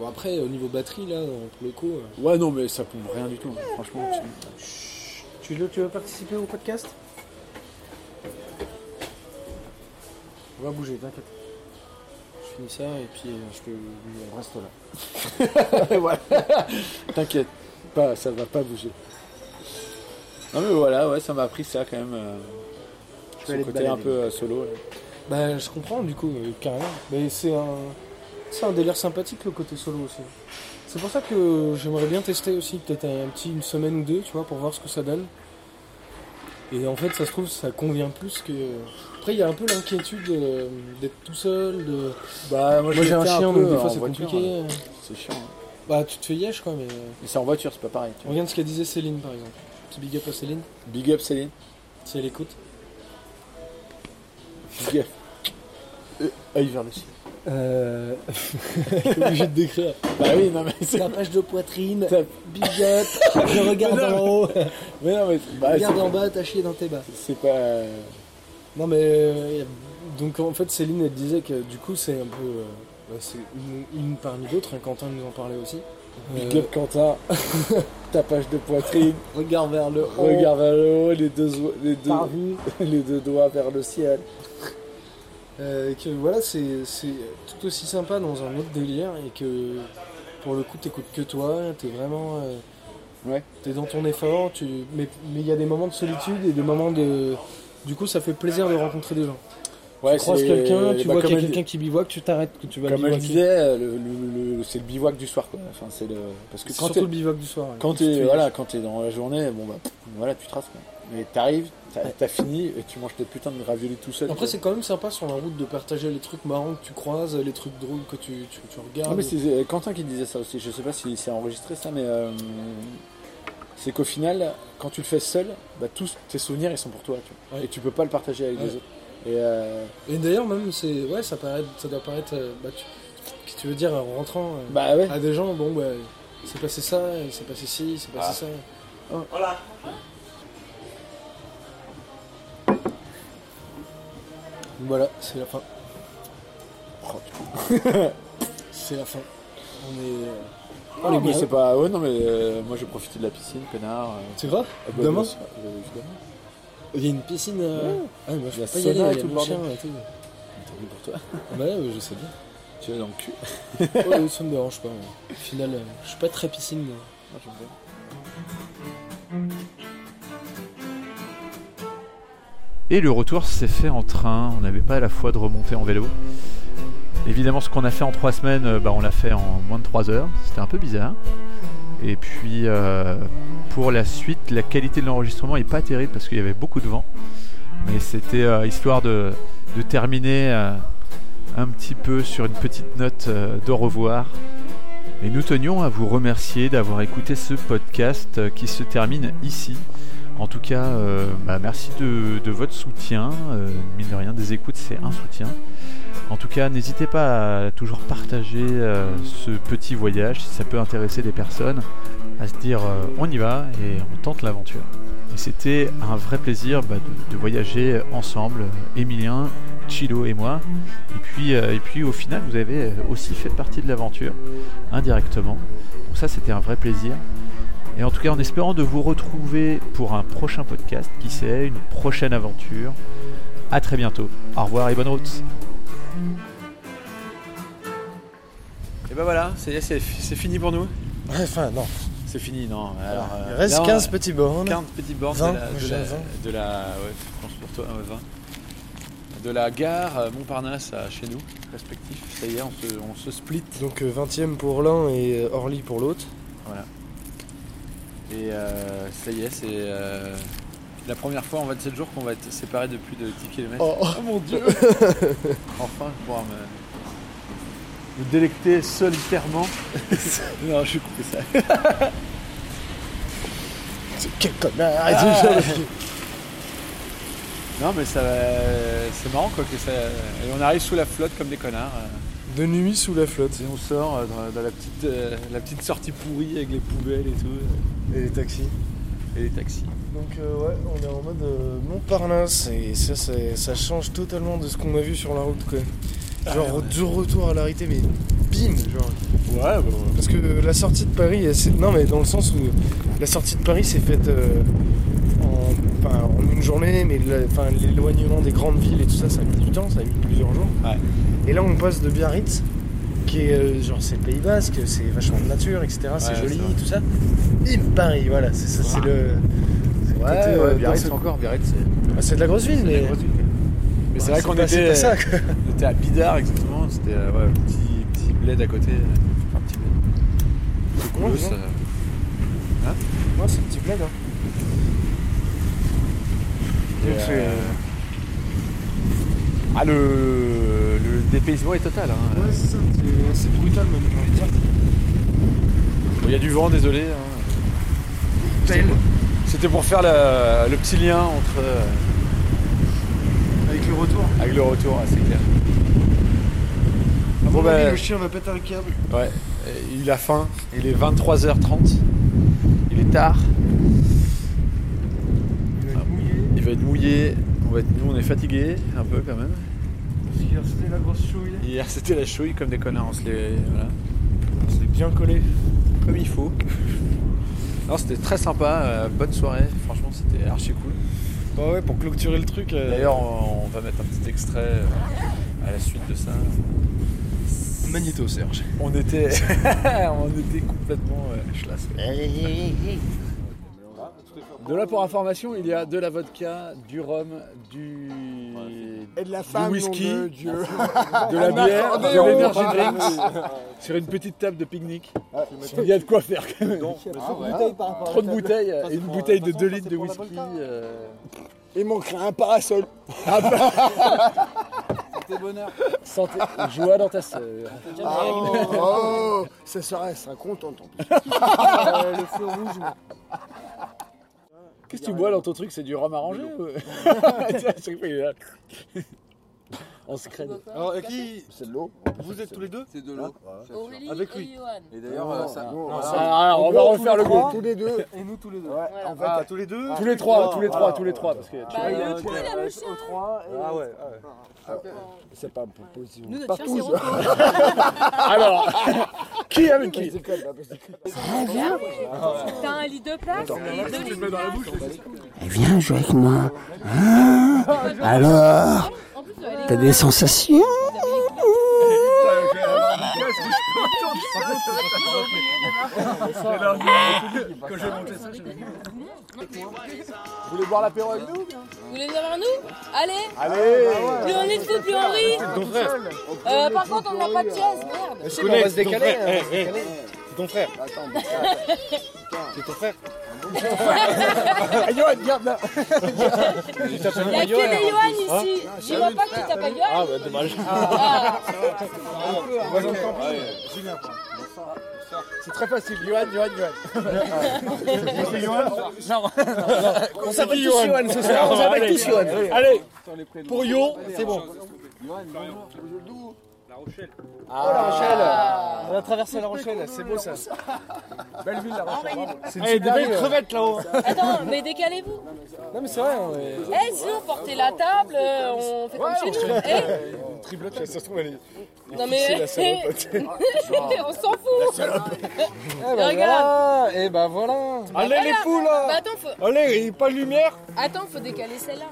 Speaker 6: Bon, après, au niveau batterie, là, pour le coup. euh,
Speaker 5: Ouais non mais ça pompe rien du tout, hein, franchement. tu-
Speaker 6: Tu veux, tu veux participer au podcast On va bouger, t'inquiète. Je finis ça et puis euh, je te on reste là.
Speaker 5: [laughs] Voilà.
Speaker 6: [laughs]
Speaker 5: T'inquiète, pas, ça va pas bouger. Non mais voilà, ouais ça m'a appris ça quand même. euh,
Speaker 7: Je
Speaker 5: ce côté un peu euh, solo. là.
Speaker 6: Bah je comprends du coup, euh, carrément. Mais c'est un. C'est un délire sympathique le côté solo aussi. C'est pour ça que j'aimerais bien tester aussi, peut-être un petit une semaine ou deux, tu vois, pour voir ce que ça donne. Et en fait ça se trouve ça convient plus que. Après il y a un peu l'inquiétude euh, d'être tout seul, de.
Speaker 5: Bah moi,
Speaker 6: Moi j'ai un
Speaker 5: l'étais
Speaker 6: chien
Speaker 5: peu
Speaker 6: donc des
Speaker 5: en
Speaker 6: fois c'est
Speaker 5: voiture,
Speaker 6: compliqué.
Speaker 5: euh, C'est chiant. hein.
Speaker 6: Bah tu te fais yèche quoi mais. euh,
Speaker 5: Mais c'est en voiture, c'est pas pareil. tu vois.
Speaker 6: Regarde ce qu'elle disait Céline par exemple. Petit big up à Céline,
Speaker 5: Big up Céline.
Speaker 6: si elle écoute.
Speaker 5: Big up. Euh,
Speaker 6: Ah,
Speaker 5: œil vers le ciel.
Speaker 6: Euh... [laughs] obligé de décrire.
Speaker 5: Bah oui, non mais [laughs] c'est.
Speaker 6: Tapage de poitrine,
Speaker 5: Tap-
Speaker 6: big up, je regarde
Speaker 5: Mais non,
Speaker 6: en haut,
Speaker 5: Mais non mais. bah,
Speaker 6: regarde
Speaker 5: c'est-
Speaker 6: en bas, t'as chié dans tes bas.
Speaker 5: c'est pas. euh,
Speaker 6: Non mais euh, donc en fait Céline elle disait que du coup c'est un peu euh, bah, c'est une, une parmi d'autres, hein, Quentin nous en parlait aussi.
Speaker 5: Big
Speaker 6: Euh,
Speaker 5: up
Speaker 6: [laughs]
Speaker 5: Quentin. Tapage de poitrine.
Speaker 6: regarde vers le haut,
Speaker 5: Regarde vers le haut, les deux, oe- les deux,
Speaker 6: parvis.
Speaker 5: [laughs] les deux doigts vers le ciel.
Speaker 6: Euh, que voilà, c'est c'est tout aussi sympa dans un autre délire et que pour le coup, t'écoutes que toi, t'es vraiment. euh,
Speaker 5: Ouais.
Speaker 6: T'es dans ton effort, tu... mais mais il y a des moments de solitude et des moments de. Du coup, ça fait plaisir de rencontrer des gens.
Speaker 5: Ouais,
Speaker 6: tu croises
Speaker 5: c'est-
Speaker 6: quelqu'un, tu
Speaker 5: bah,
Speaker 6: vois
Speaker 5: comme
Speaker 6: qu'il y a
Speaker 5: elle-
Speaker 6: quelqu'un qui bivouac, tu t'arrêtes, que tu vas
Speaker 5: Comme elle
Speaker 6: bivouaquer.
Speaker 5: disait, euh, le- le- le- c'est le bivouac du soir quoi. Enfin, c'est le. Parce que
Speaker 6: C'est
Speaker 5: quand
Speaker 6: surtout
Speaker 5: t'es.
Speaker 6: le bivouac du soir. ouais.
Speaker 5: Quand
Speaker 6: Tu te
Speaker 5: t'es
Speaker 6: fais-
Speaker 5: voilà, quand t'es dans la journée, bon bah pff, voilà, tu traces quoi. Mais t'arrives, t'as t'as fini et tu manges tes putains de raviolis tout seul.
Speaker 6: Après,
Speaker 5: quoi.
Speaker 6: c'est quand même sympa sur la route de partager les trucs marrants que tu croises, les trucs drôles que tu, tu, tu
Speaker 5: Non,
Speaker 6: regardes.
Speaker 5: mais c'est euh, Quentin qui disait ça aussi. Je sais pas si c'est enregistré ça, mais euh, c'est qu'au final, quand tu le fais seul, bah, tous tes souvenirs ils sont pour toi, tu vois.
Speaker 6: Ouais.
Speaker 5: et tu peux pas le partager avec les
Speaker 6: Ouais.
Speaker 5: autres. Et euh,
Speaker 6: Et d'ailleurs, même, c'est. Ouais, ça, paraît, ça doit paraître. euh, bah, tu... Qu'est-ce que tu veux dire en rentrant euh,
Speaker 5: bah ouais,
Speaker 6: à des gens, bon, bah, il s'est passé ça, il s'est passé ci, il s'est
Speaker 5: Ah.
Speaker 6: passé ça. Voilà. Voilà, c'est la fin. Oh, putain. c'est la fin. On est. euh, on est
Speaker 5: Non, Ah, mais
Speaker 6: bien.
Speaker 5: c'est pas. Ouais, non, mais euh, moi j'ai profité de la piscine, connard. euh.
Speaker 6: C'est vrai
Speaker 5: Ah, bah,
Speaker 6: Demain
Speaker 5: bah, bah, évidemment.
Speaker 6: Il y a une piscine. euh, Ah, moi je
Speaker 5: Il y a
Speaker 6: peux pas y
Speaker 5: sauna
Speaker 6: aller, il y
Speaker 5: et
Speaker 6: a
Speaker 5: tout le
Speaker 6: mon
Speaker 5: bordel.
Speaker 6: chien et tout.
Speaker 5: Tant pis pour toi.
Speaker 6: Bah, ouais, je sais bien.
Speaker 5: [laughs] Tu vas dans le cul.
Speaker 6: Ouais, ça me dérange pas. ouais. Au final, euh, je suis pas très piscine. mais-
Speaker 5: Ah, j'aime bien.
Speaker 4: Et le retour s'est fait en train, on n'avait pas la foi de remonter en vélo. Évidemment, ce qu'on a fait en trois semaines, euh, bah, on l'a fait en moins de trois heures, c'était un peu bizarre. Et puis, euh, pour la suite, la qualité de l'enregistrement n'est pas terrible parce qu'il y avait beaucoup de vent. Mais c'était euh, histoire de, de terminer euh, un petit peu sur une petite note euh, d'au revoir. Et nous tenions à vous remercier d'avoir écouté ce podcast euh, qui se termine ici. En tout cas, euh, bah, merci de, de votre soutien. Euh, mine de rien, des écoutes, c'est un soutien. En tout cas, n'hésitez pas à toujours partager euh, ce petit voyage si ça peut intéresser des personnes, à se dire euh, on y va et on tente l'aventure. Et c'était un vrai plaisir bah, de, de voyager ensemble, euh, Emilien, Chilo et moi. Et puis, euh, et puis au final, vous avez euh, aussi fait partie de l'aventure, indirectement. Donc ça, c'était un vrai plaisir. Et en tout cas, en espérant de vous retrouver pour un prochain podcast, qui sait, une prochaine aventure. À très bientôt. Au revoir et bonne route.
Speaker 5: Et bah voilà, c'est c'est- c'est fini pour nous.
Speaker 7: Enfin, non.
Speaker 5: C'est fini, non. Alors,
Speaker 7: Il
Speaker 5: euh,
Speaker 7: reste
Speaker 5: là, on-
Speaker 7: 15 petits bornes.
Speaker 5: 15 petits bornes
Speaker 7: Vingt,
Speaker 5: de la,
Speaker 7: moi,
Speaker 5: de,
Speaker 7: j'ai
Speaker 5: la,
Speaker 7: vingt.
Speaker 5: de la- ouais, je pense pour toi, ouais, 20. De la gare euh, Montparnasse à chez nous, respectifs. Ça y est, on se, on se split.
Speaker 7: Donc euh, 20ème pour l'un et euh, Orly pour l'autre.
Speaker 5: Et euh, ça y est, c'est euh, la première fois en 27 jours qu'on va être séparés de plus de Ah. 10 km.
Speaker 7: Oh.
Speaker 5: mon dieu Enfin, je vais pouvoir me, me délecter solitairement. non, je suis coupé ça.
Speaker 7: C'est quel connard
Speaker 5: Ah.
Speaker 7: arrête de-
Speaker 5: [laughs] Non, mais ça, va- c'est marrant quoi que ça. Et on arrive sous la flotte comme des connards. euh.
Speaker 7: De nuit sous la flotte.
Speaker 5: Et on sort euh, dans, dans la, petite, euh, la petite sortie pourrie avec les poubelles et tout, euh,
Speaker 7: Et les taxis.
Speaker 5: et les taxis.
Speaker 7: Donc euh, ouais, on est en mode euh, Montparnasse et ça, c'est- ça change totalement de ce qu'on a vu sur la route quoi. Genre du retour à l'arrêté mais bim genre.
Speaker 5: Ouais, bon.
Speaker 7: Parce que la sortie de Paris, elle s'est- non mais dans le sens où la sortie de Paris s'est faite euh, en, enfin, en une journée, mais le- enfin, l'éloignement des grandes villes et tout ça, ça a mis du temps, ça a mis plusieurs jours.
Speaker 5: Ouais.
Speaker 7: Et là on passe de Biarritz, qui est euh, genre c'est le Pays Basque, c'est vachement de nature, etc.
Speaker 5: Ouais,
Speaker 7: c'est
Speaker 5: c'est
Speaker 7: joli,
Speaker 5: vrai.
Speaker 7: tout ça. Bim Paris, voilà, c'est ça, c'est le. c'est le
Speaker 5: Ouais,
Speaker 7: côté, euh,
Speaker 5: Biarritz
Speaker 7: dans ce-
Speaker 5: encore, Biarritz. c'est-
Speaker 7: Bah, c'est de la grosse ville, mais.
Speaker 5: Mais
Speaker 7: Bah,
Speaker 5: c'est vrai qu'on
Speaker 7: pas- c'est
Speaker 5: était,
Speaker 7: pas ça, quoi.
Speaker 5: on était à Bidart exactement, c'était euh, ouais, un petit, petit bled à côté. euh, Enfin, petit bled. euh, C'est
Speaker 7: Ouais,
Speaker 5: cool,
Speaker 7: disons.
Speaker 5: ça.
Speaker 7: Non, c'est un petit bled. Hein.
Speaker 5: Et,
Speaker 7: Donc, c'est-
Speaker 5: euh, Ah, le, le dépaysement est total. hein.
Speaker 7: Ouais, c'est ça, c'est- c'est brutal même, j'ai envie de dire.
Speaker 5: Bon, Il y a du vent, désolé. hein. C'était pour faire la- le petit lien entre. euh,
Speaker 7: Avec le retour.
Speaker 5: Avec le retour, ouais, c'est clair.
Speaker 7: À
Speaker 5: Bon,
Speaker 7: mon avis,
Speaker 5: bah,
Speaker 7: le chien va péter un câble.
Speaker 5: Ouais, euh, il a faim. Il est 23h30. Il est tard.
Speaker 7: Il va être mouillé.
Speaker 5: Il va être mouillé. On va être- Nous, on est fatigués un peu quand même.
Speaker 7: Parce qu'hier, c'était la grosse chouille.
Speaker 5: Hier, c'était la chouille comme des connards. On se les. Voilà.
Speaker 7: C'était bien collé.
Speaker 5: Comme il faut. Non, c'était très sympa. euh, bonne soirée. Franchement, c'était archi cool.
Speaker 7: Bah ouais, pour clôturer le truc. euh,
Speaker 5: D'ailleurs, on, on va mettre un petit extrait euh, à la suite de ça.
Speaker 7: Magnéto, Serge.
Speaker 5: On était. [laughs] on était complètement. euh, schlass, ouais. De là pour information, il y a de la vodka, du rhum, du,
Speaker 7: Et de la
Speaker 5: femme, nom whisky. de
Speaker 7: Dieu.
Speaker 5: de la bière,
Speaker 7: accordéon.
Speaker 5: de l'energy drinks, sur une petite table de pique-nique. Il y a de quoi faire quand même. Trop de bouteilles, et une bouteille de 2 litres de whisky. euh,
Speaker 7: Il manquerait un parasol.
Speaker 5: santé, joie dans ta sœur.
Speaker 7: Ah, Oh, ça serait, sera contente en plus. le feu rouge.
Speaker 5: Qu'est-ce [laughs] que tu bois dans ton truc C'est du rhum arrangé ou- Tu vois, à chaque fois, il est là.
Speaker 8: En secret.
Speaker 9: Alors, et qui
Speaker 5: C'est de l'eau.
Speaker 9: Vous êtes tous les deux
Speaker 10: C'est de l'eau.
Speaker 8: Aurélie
Speaker 9: Avec lui.
Speaker 8: et Johan.
Speaker 10: Et d'ailleurs,
Speaker 5: Non,
Speaker 10: euh, ça.
Speaker 5: non,
Speaker 10: non,
Speaker 5: ça-
Speaker 10: ça-
Speaker 5: Ah,
Speaker 9: En
Speaker 5: on va
Speaker 9: gros, tous
Speaker 5: refaire
Speaker 9: les
Speaker 5: le
Speaker 9: trois.
Speaker 5: groupe tous les deux.
Speaker 9: Et nous tous les deux.
Speaker 5: Ouais,
Speaker 8: Voilà.
Speaker 5: en fait,
Speaker 9: Ah, tous les deux
Speaker 5: Ah,
Speaker 9: Tous
Speaker 5: tous
Speaker 9: les
Speaker 5: les trois,
Speaker 9: Ah,
Speaker 5: tous les trois,
Speaker 9: voilà.
Speaker 5: tous les trois, parce que
Speaker 8: Bah,
Speaker 2: euh,
Speaker 9: ouais,
Speaker 8: le
Speaker 9: ok.
Speaker 8: coup, il a le chien.
Speaker 9: aux trois. Et...
Speaker 8: Ah
Speaker 9: Ah
Speaker 8: ouais,
Speaker 9: ouais.
Speaker 5: c'est pas possible.
Speaker 8: Nous, notre
Speaker 5: pas
Speaker 8: chien,
Speaker 5: tous.
Speaker 8: c'est Rocco.
Speaker 5: Alors, qui avec qui
Speaker 8: T'as un lit de place
Speaker 5: Attends.
Speaker 8: et deux lits de place.
Speaker 11: Eh, Viens jouer avec moi. Hein Alors,
Speaker 8: En plus, elle est-
Speaker 11: t'as des sensations
Speaker 5: Vous voulez boire l'apéro avec nous
Speaker 8: Vous voulez venir vers nous Allez
Speaker 5: Allez
Speaker 8: Plus on est de fous, plus on rit Euh, Par contre, on n'a pas de chaise, merde
Speaker 7: Si, mais on va se décaler. hein, on va se décaler.
Speaker 6: C'est ton frère.
Speaker 5: Attends,
Speaker 6: C'est ton frère.
Speaker 5: Johan, garde la
Speaker 8: Il n'y a que des Johan ici J'y vois pas que tu t'appelles Ah, Johan Ah bah dommage
Speaker 5: C'est très facile, Johan, Johan, Johan.
Speaker 7: On s'appelle tous Johan ce
Speaker 6: [laughs]
Speaker 7: soir. On s'appelle tous Johan.
Speaker 5: Allez
Speaker 7: Pour Yo, c'est bon. Ah. Oh,
Speaker 5: La Rochelle
Speaker 7: On a traversé la Rochelle, c'est beau ça.
Speaker 5: Belle ville, La Rochelle
Speaker 7: C'est une super ville.
Speaker 6: crevettes là-haut.
Speaker 8: Attends, mais décalez-vous
Speaker 6: Non, mais c'est vrai. hein, mais-
Speaker 8: Eh, sinon, portez la table, euh, on fait comme chez nous Eh,
Speaker 7: Ça se trouve, elle est.
Speaker 8: Non mais... [laughs]
Speaker 7: la salope.
Speaker 8: On s'en fout
Speaker 6: Eh ben
Speaker 8: [laughs] Regarde.
Speaker 6: voilà, eh ben voilà.
Speaker 8: Allez, les
Speaker 6: fous,
Speaker 8: là Bah attends, faut...
Speaker 6: Allez, il n'y a pas de lumière.
Speaker 8: Attends, faut décaler celle-là.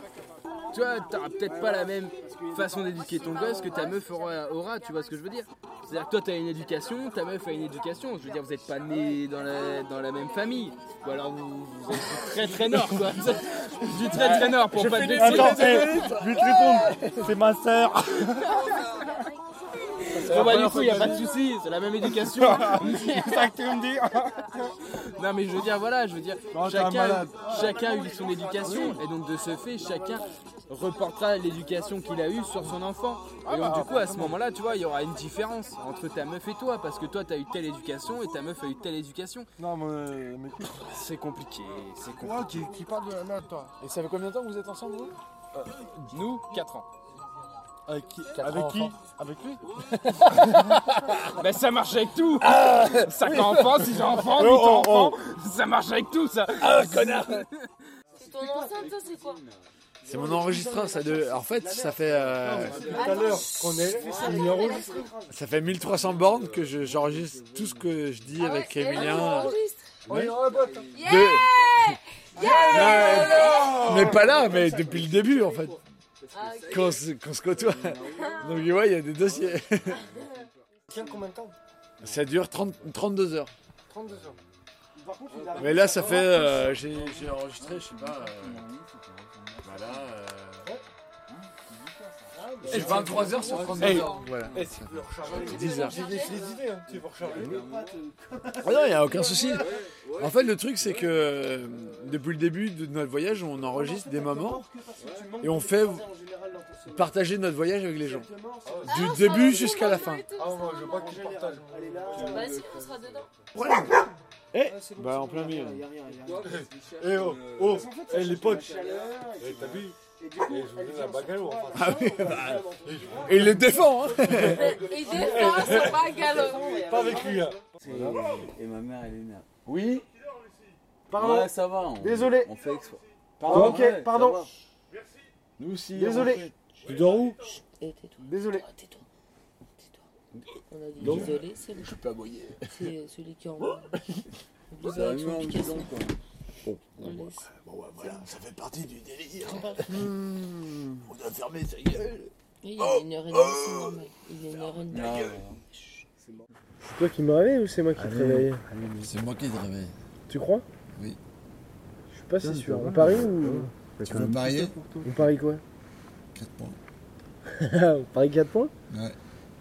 Speaker 2: Tu vois, t'auras peut-être pas la même façon d'éduquer ton gosse que ta meuf aura, aura, tu vois ce que je veux dire C'est-à-dire que toi t'as une éducation, ta meuf a une éducation, je veux dire vous êtes pas nés dans la, dans la même famille, ou alors vous, vous êtes du très très nord quoi, [laughs] du très très nord pour pas te blesser.
Speaker 9: Attends, je vais te répondre. C'est ma sœur.
Speaker 2: Bon bah du coup y a pas de souci, c'est la même éducation.
Speaker 9: [laughs] C'est ça que tu me dis.
Speaker 2: [laughs] Non mais je veux dire voilà, je veux dire
Speaker 9: Non, t'es un
Speaker 2: chacun,
Speaker 9: malade.
Speaker 2: chacun a eu son éducation et donc de ce fait chacun reportera l'éducation qu'il a eue sur son enfant. Et donc du coup à ce moment-là tu vois il y aura une différence entre ta meuf et toi parce que toi t'as eu telle éducation et ta meuf a eu telle éducation.
Speaker 9: Non, mais. mais-
Speaker 2: C'est compliqué, c'est compliqué. Euh,
Speaker 5: Toi qui, qui parle de la merde, toi. Et ça fait combien de temps que vous êtes ensemble, vous
Speaker 2: Nous 4 ans.
Speaker 5: Avec qui
Speaker 9: Avec qui
Speaker 5: Avec lui
Speaker 2: Bah ça marche avec tout 5 ans enfant, 6 ans enfant, 8 ans
Speaker 9: oh, oh.
Speaker 2: enfant, ça marche avec tout ça Ah connard
Speaker 8: C'est ton enceinte, ça, c'est quoi
Speaker 5: C'est mon enregistreur, ça de. En fait, ça fait. euh,
Speaker 6: Tout à l'heure, qu'on est. C'est une rouge.
Speaker 5: Ça fait 1300 bornes que je- j'enregistre tout ce que je
Speaker 8: Ah
Speaker 5: dis avec Emilien. euh, De- Non, mais pas là, mais depuis le début en fait. Quand on se, qu'on se côtoie. Donc ouais, il y a des dossiers.
Speaker 6: Tiens, combien de temps
Speaker 5: Ça dure 30 32 heures.
Speaker 6: 32 heures. Par contre, il a-
Speaker 5: Mais là, ça fait. euh, J'ai j'ai enregistré, je sais pas. euh, bah voilà. euh, J'ai 23 heures sur 32 heures. Voilà. ça fait 10 heures.
Speaker 8: J'ai des
Speaker 6: idées, hein. Tu veux recharger
Speaker 5: Ah non, il n'y a aucun souci. En fait, le truc, c'est que euh, depuis le début de notre voyage, on enregistre des moments et on fait partager notre voyage avec les gens. Du début jusqu'à la fin.
Speaker 8: Ah, moi, je veux pas que tu partages. Vas-y, on sera dedans.
Speaker 5: Bah, en plein milieu.
Speaker 9: Eh oh, oh, eh les potes.
Speaker 7: T'as vu Et je voulais la bagarre en fait.
Speaker 5: Ah oui, bah, et il les défend. hein.
Speaker 8: Et des fois, c'est pas galop.
Speaker 7: Pas avec lui. hein.
Speaker 10: Et ma mère, elle est merde.
Speaker 6: Oui.
Speaker 10: Ouais, ça va. on-
Speaker 6: Désolé.
Speaker 10: On fait expo.
Speaker 7: Ah
Speaker 6: Pardon.
Speaker 10: Ouais, ça
Speaker 6: Ok, pardon.
Speaker 10: va. Nous aussi.
Speaker 6: Désolé.
Speaker 10: on fait.
Speaker 7: Tu dors où
Speaker 8: Et tais-toi.
Speaker 6: Désolé.
Speaker 8: Oh, Tais-toi. Tais-toi. On a dit désolé, c'est le. Je suis pas C'est celui
Speaker 11: [laughs]
Speaker 8: qui en.
Speaker 10: Ça a mis un bidon, quoi.
Speaker 8: On laisse.
Speaker 11: Bon, bah, voilà, ça fait partie du délire. [laughs] On doit fermer sa gueule.
Speaker 8: Oui, il
Speaker 11: Oh,
Speaker 8: est une heure et demie, c'est normal. Il est une heure et demie.
Speaker 10: Ah, ouais.
Speaker 6: C'est toi qui me réveille ou c'est moi qui te réveille
Speaker 11: C'est moi qui te réveille.
Speaker 6: Tu crois
Speaker 11: Oui.
Speaker 6: Je suis pas si sûr. On parie ou.
Speaker 11: Tu veux parier
Speaker 6: On parie quoi
Speaker 11: 4 points.
Speaker 6: [laughs] On parie 4 points
Speaker 11: Ouais.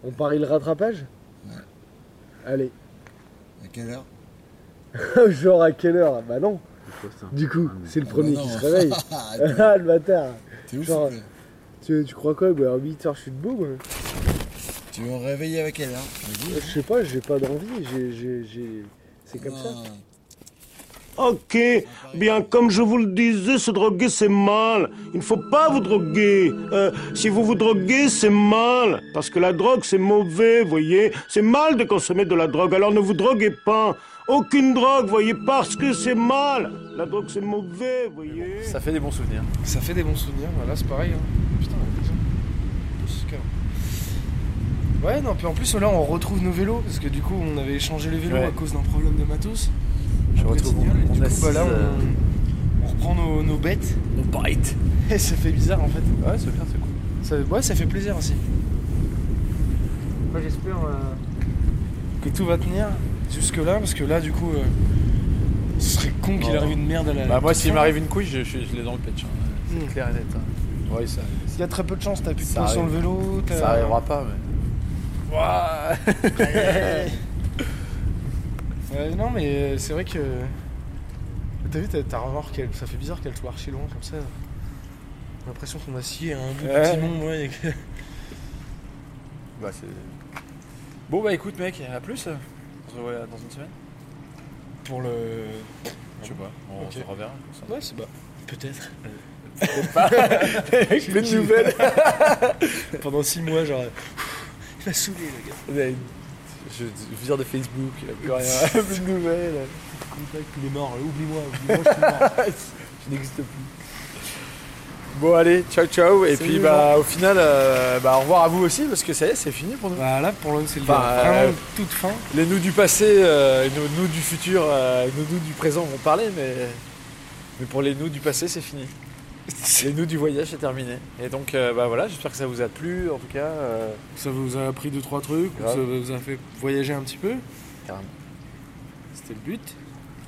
Speaker 6: On parie le rattrapage
Speaker 11: Ouais.
Speaker 6: Allez.
Speaker 11: À quelle heure
Speaker 6: [laughs] Genre à quelle heure Bah non. Du coup, c'est le
Speaker 11: Ah,
Speaker 6: premier
Speaker 11: bah
Speaker 6: qui
Speaker 11: non. [laughs]
Speaker 6: se réveille. [laughs] ah le bâtard
Speaker 11: T'es ouf
Speaker 6: Genre-
Speaker 11: ou quoi
Speaker 6: tu, tu crois quoi bah, À 8h, je suis debout. moi.
Speaker 11: Tu veux me réveiller à quelle heure Vas-y.
Speaker 5: hein.
Speaker 6: Je sais pas, j'ai pas d'envie. j'ai- j'ai- j'ai- C'est comme ça.
Speaker 11: Ah,
Speaker 12: Ok, bien comme je vous le disais, se droguer c'est mal. Il ne faut pas vous droguer. Euh, si vous vous droguez, c'est mal. Parce que la drogue c'est mauvais, voyez. C'est mal de consommer de la drogue, alors ne vous droguez pas. Aucune drogue, voyez, parce que c'est mal. La drogue c'est mauvais, voyez.
Speaker 5: Ça fait des bons souvenirs.
Speaker 7: Ça fait des bons souvenirs, là c'est pareil. hein. Putain, on a raison. Ouais, non, puis en plus, là on retrouve nos vélos parce que du coup on avait échangé les vélos
Speaker 4: Ouais.
Speaker 7: à cause d'un problème de matos.
Speaker 4: Je
Speaker 7: Après le
Speaker 4: retrouve
Speaker 7: signal, et
Speaker 4: mon
Speaker 7: du coup,
Speaker 4: assise,
Speaker 7: bah, là,
Speaker 4: euh,
Speaker 7: on, on reprend nos, nos bêtes. Nos bêtes [laughs] Et ça fait bizarre en fait. Ouais, c'est bien, c'est cool. Ça, ouais, ça fait plaisir aussi. Moi j'espère euh, que tout va tenir jusque-là parce que là, du coup, euh, ce serait con qu'il
Speaker 5: Non,
Speaker 7: arrive
Speaker 5: non.
Speaker 7: une merde à la.
Speaker 5: Oh. Bah, moi,
Speaker 7: toute
Speaker 5: s'il
Speaker 7: fin,
Speaker 5: m'arrive
Speaker 7: là.
Speaker 5: une couille, je, je- je l'ai dans le patch. C'est
Speaker 7: Hmm.
Speaker 5: clair et net. hein. Ouais, ça,
Speaker 7: Il y a très peu de chance, t'as plus de
Speaker 5: ça
Speaker 7: peau sur le
Speaker 5: arrive.
Speaker 7: vélo. t'as-
Speaker 5: Ça arrivera pas, mais.
Speaker 7: Ouah. Ouais, non, mais euh, c'est vrai que. T'as vu, ta ta remorque, elle- ça fait bizarre qu'elle soit archi loin comme ça. J'ai l'impression qu'on a scié un bout de
Speaker 5: Ouais.
Speaker 7: petit monde, ouais. et que-
Speaker 5: Bah, c'est. Bon, bah, écoute, mec, à plus. On se revoit euh, dans une semaine.
Speaker 7: Pour le.
Speaker 5: Je sais pas, on
Speaker 7: Ok.
Speaker 5: se reverra.
Speaker 7: Ouais, c'est pas. Peut-être.
Speaker 5: Peut-être
Speaker 7: [laughs]
Speaker 5: pas. [laughs] Plus de nouvelles.
Speaker 7: Pendant 6 mois, genre. Il m'a saoulé, le gars.
Speaker 5: Je viens de Facebook, plus
Speaker 7: [laughs] rien, plus
Speaker 5: de nouvelles.
Speaker 7: Contact, il est mort, euh, oublie-moi, oublie-moi, je suis mort.
Speaker 5: [laughs] Je n'existe plus. Bon allez, ciao ciao et
Speaker 7: Salut,
Speaker 5: puis
Speaker 7: les
Speaker 5: bah au final euh, bah au revoir à vous aussi parce que ça y est c'est fini pour nous. euh,
Speaker 7: Bah là pour l'un c'est le vraiment toute fin.
Speaker 5: Les nous du passé, euh, et nos nous du futur, euh, et nos nous du présent vont parler mais mais pour les nous du passé c'est
Speaker 7: [laughs]
Speaker 5: fini. les nous du voyage c'est terminé. Et donc euh, bah voilà j'espère que ça vous a plu en tout cas. euh,
Speaker 7: Ça vous a appris 2-3 trucs,
Speaker 5: Grave.
Speaker 7: ça vous a fait voyager un petit peu.
Speaker 5: Carrément.
Speaker 7: C'était le but.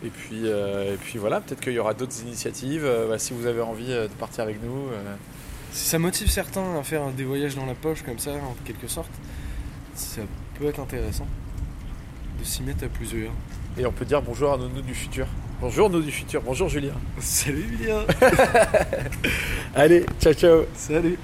Speaker 5: Et puis, euh, et puis voilà, peut-être qu'il y aura d'autres initiatives. euh, bah, si vous avez envie euh, de partir avec nous, euh,
Speaker 7: Si ça motive certains à faire des voyages dans la poche comme ça, en quelque sorte, ça peut être intéressant de s'y mettre à plusieurs.
Speaker 5: et on peut dire bonjour à nos nous du futur. Bonjour nous du futur, bonjour Julien.
Speaker 7: Salut Julien
Speaker 5: Allez, ciao ciao
Speaker 7: Salut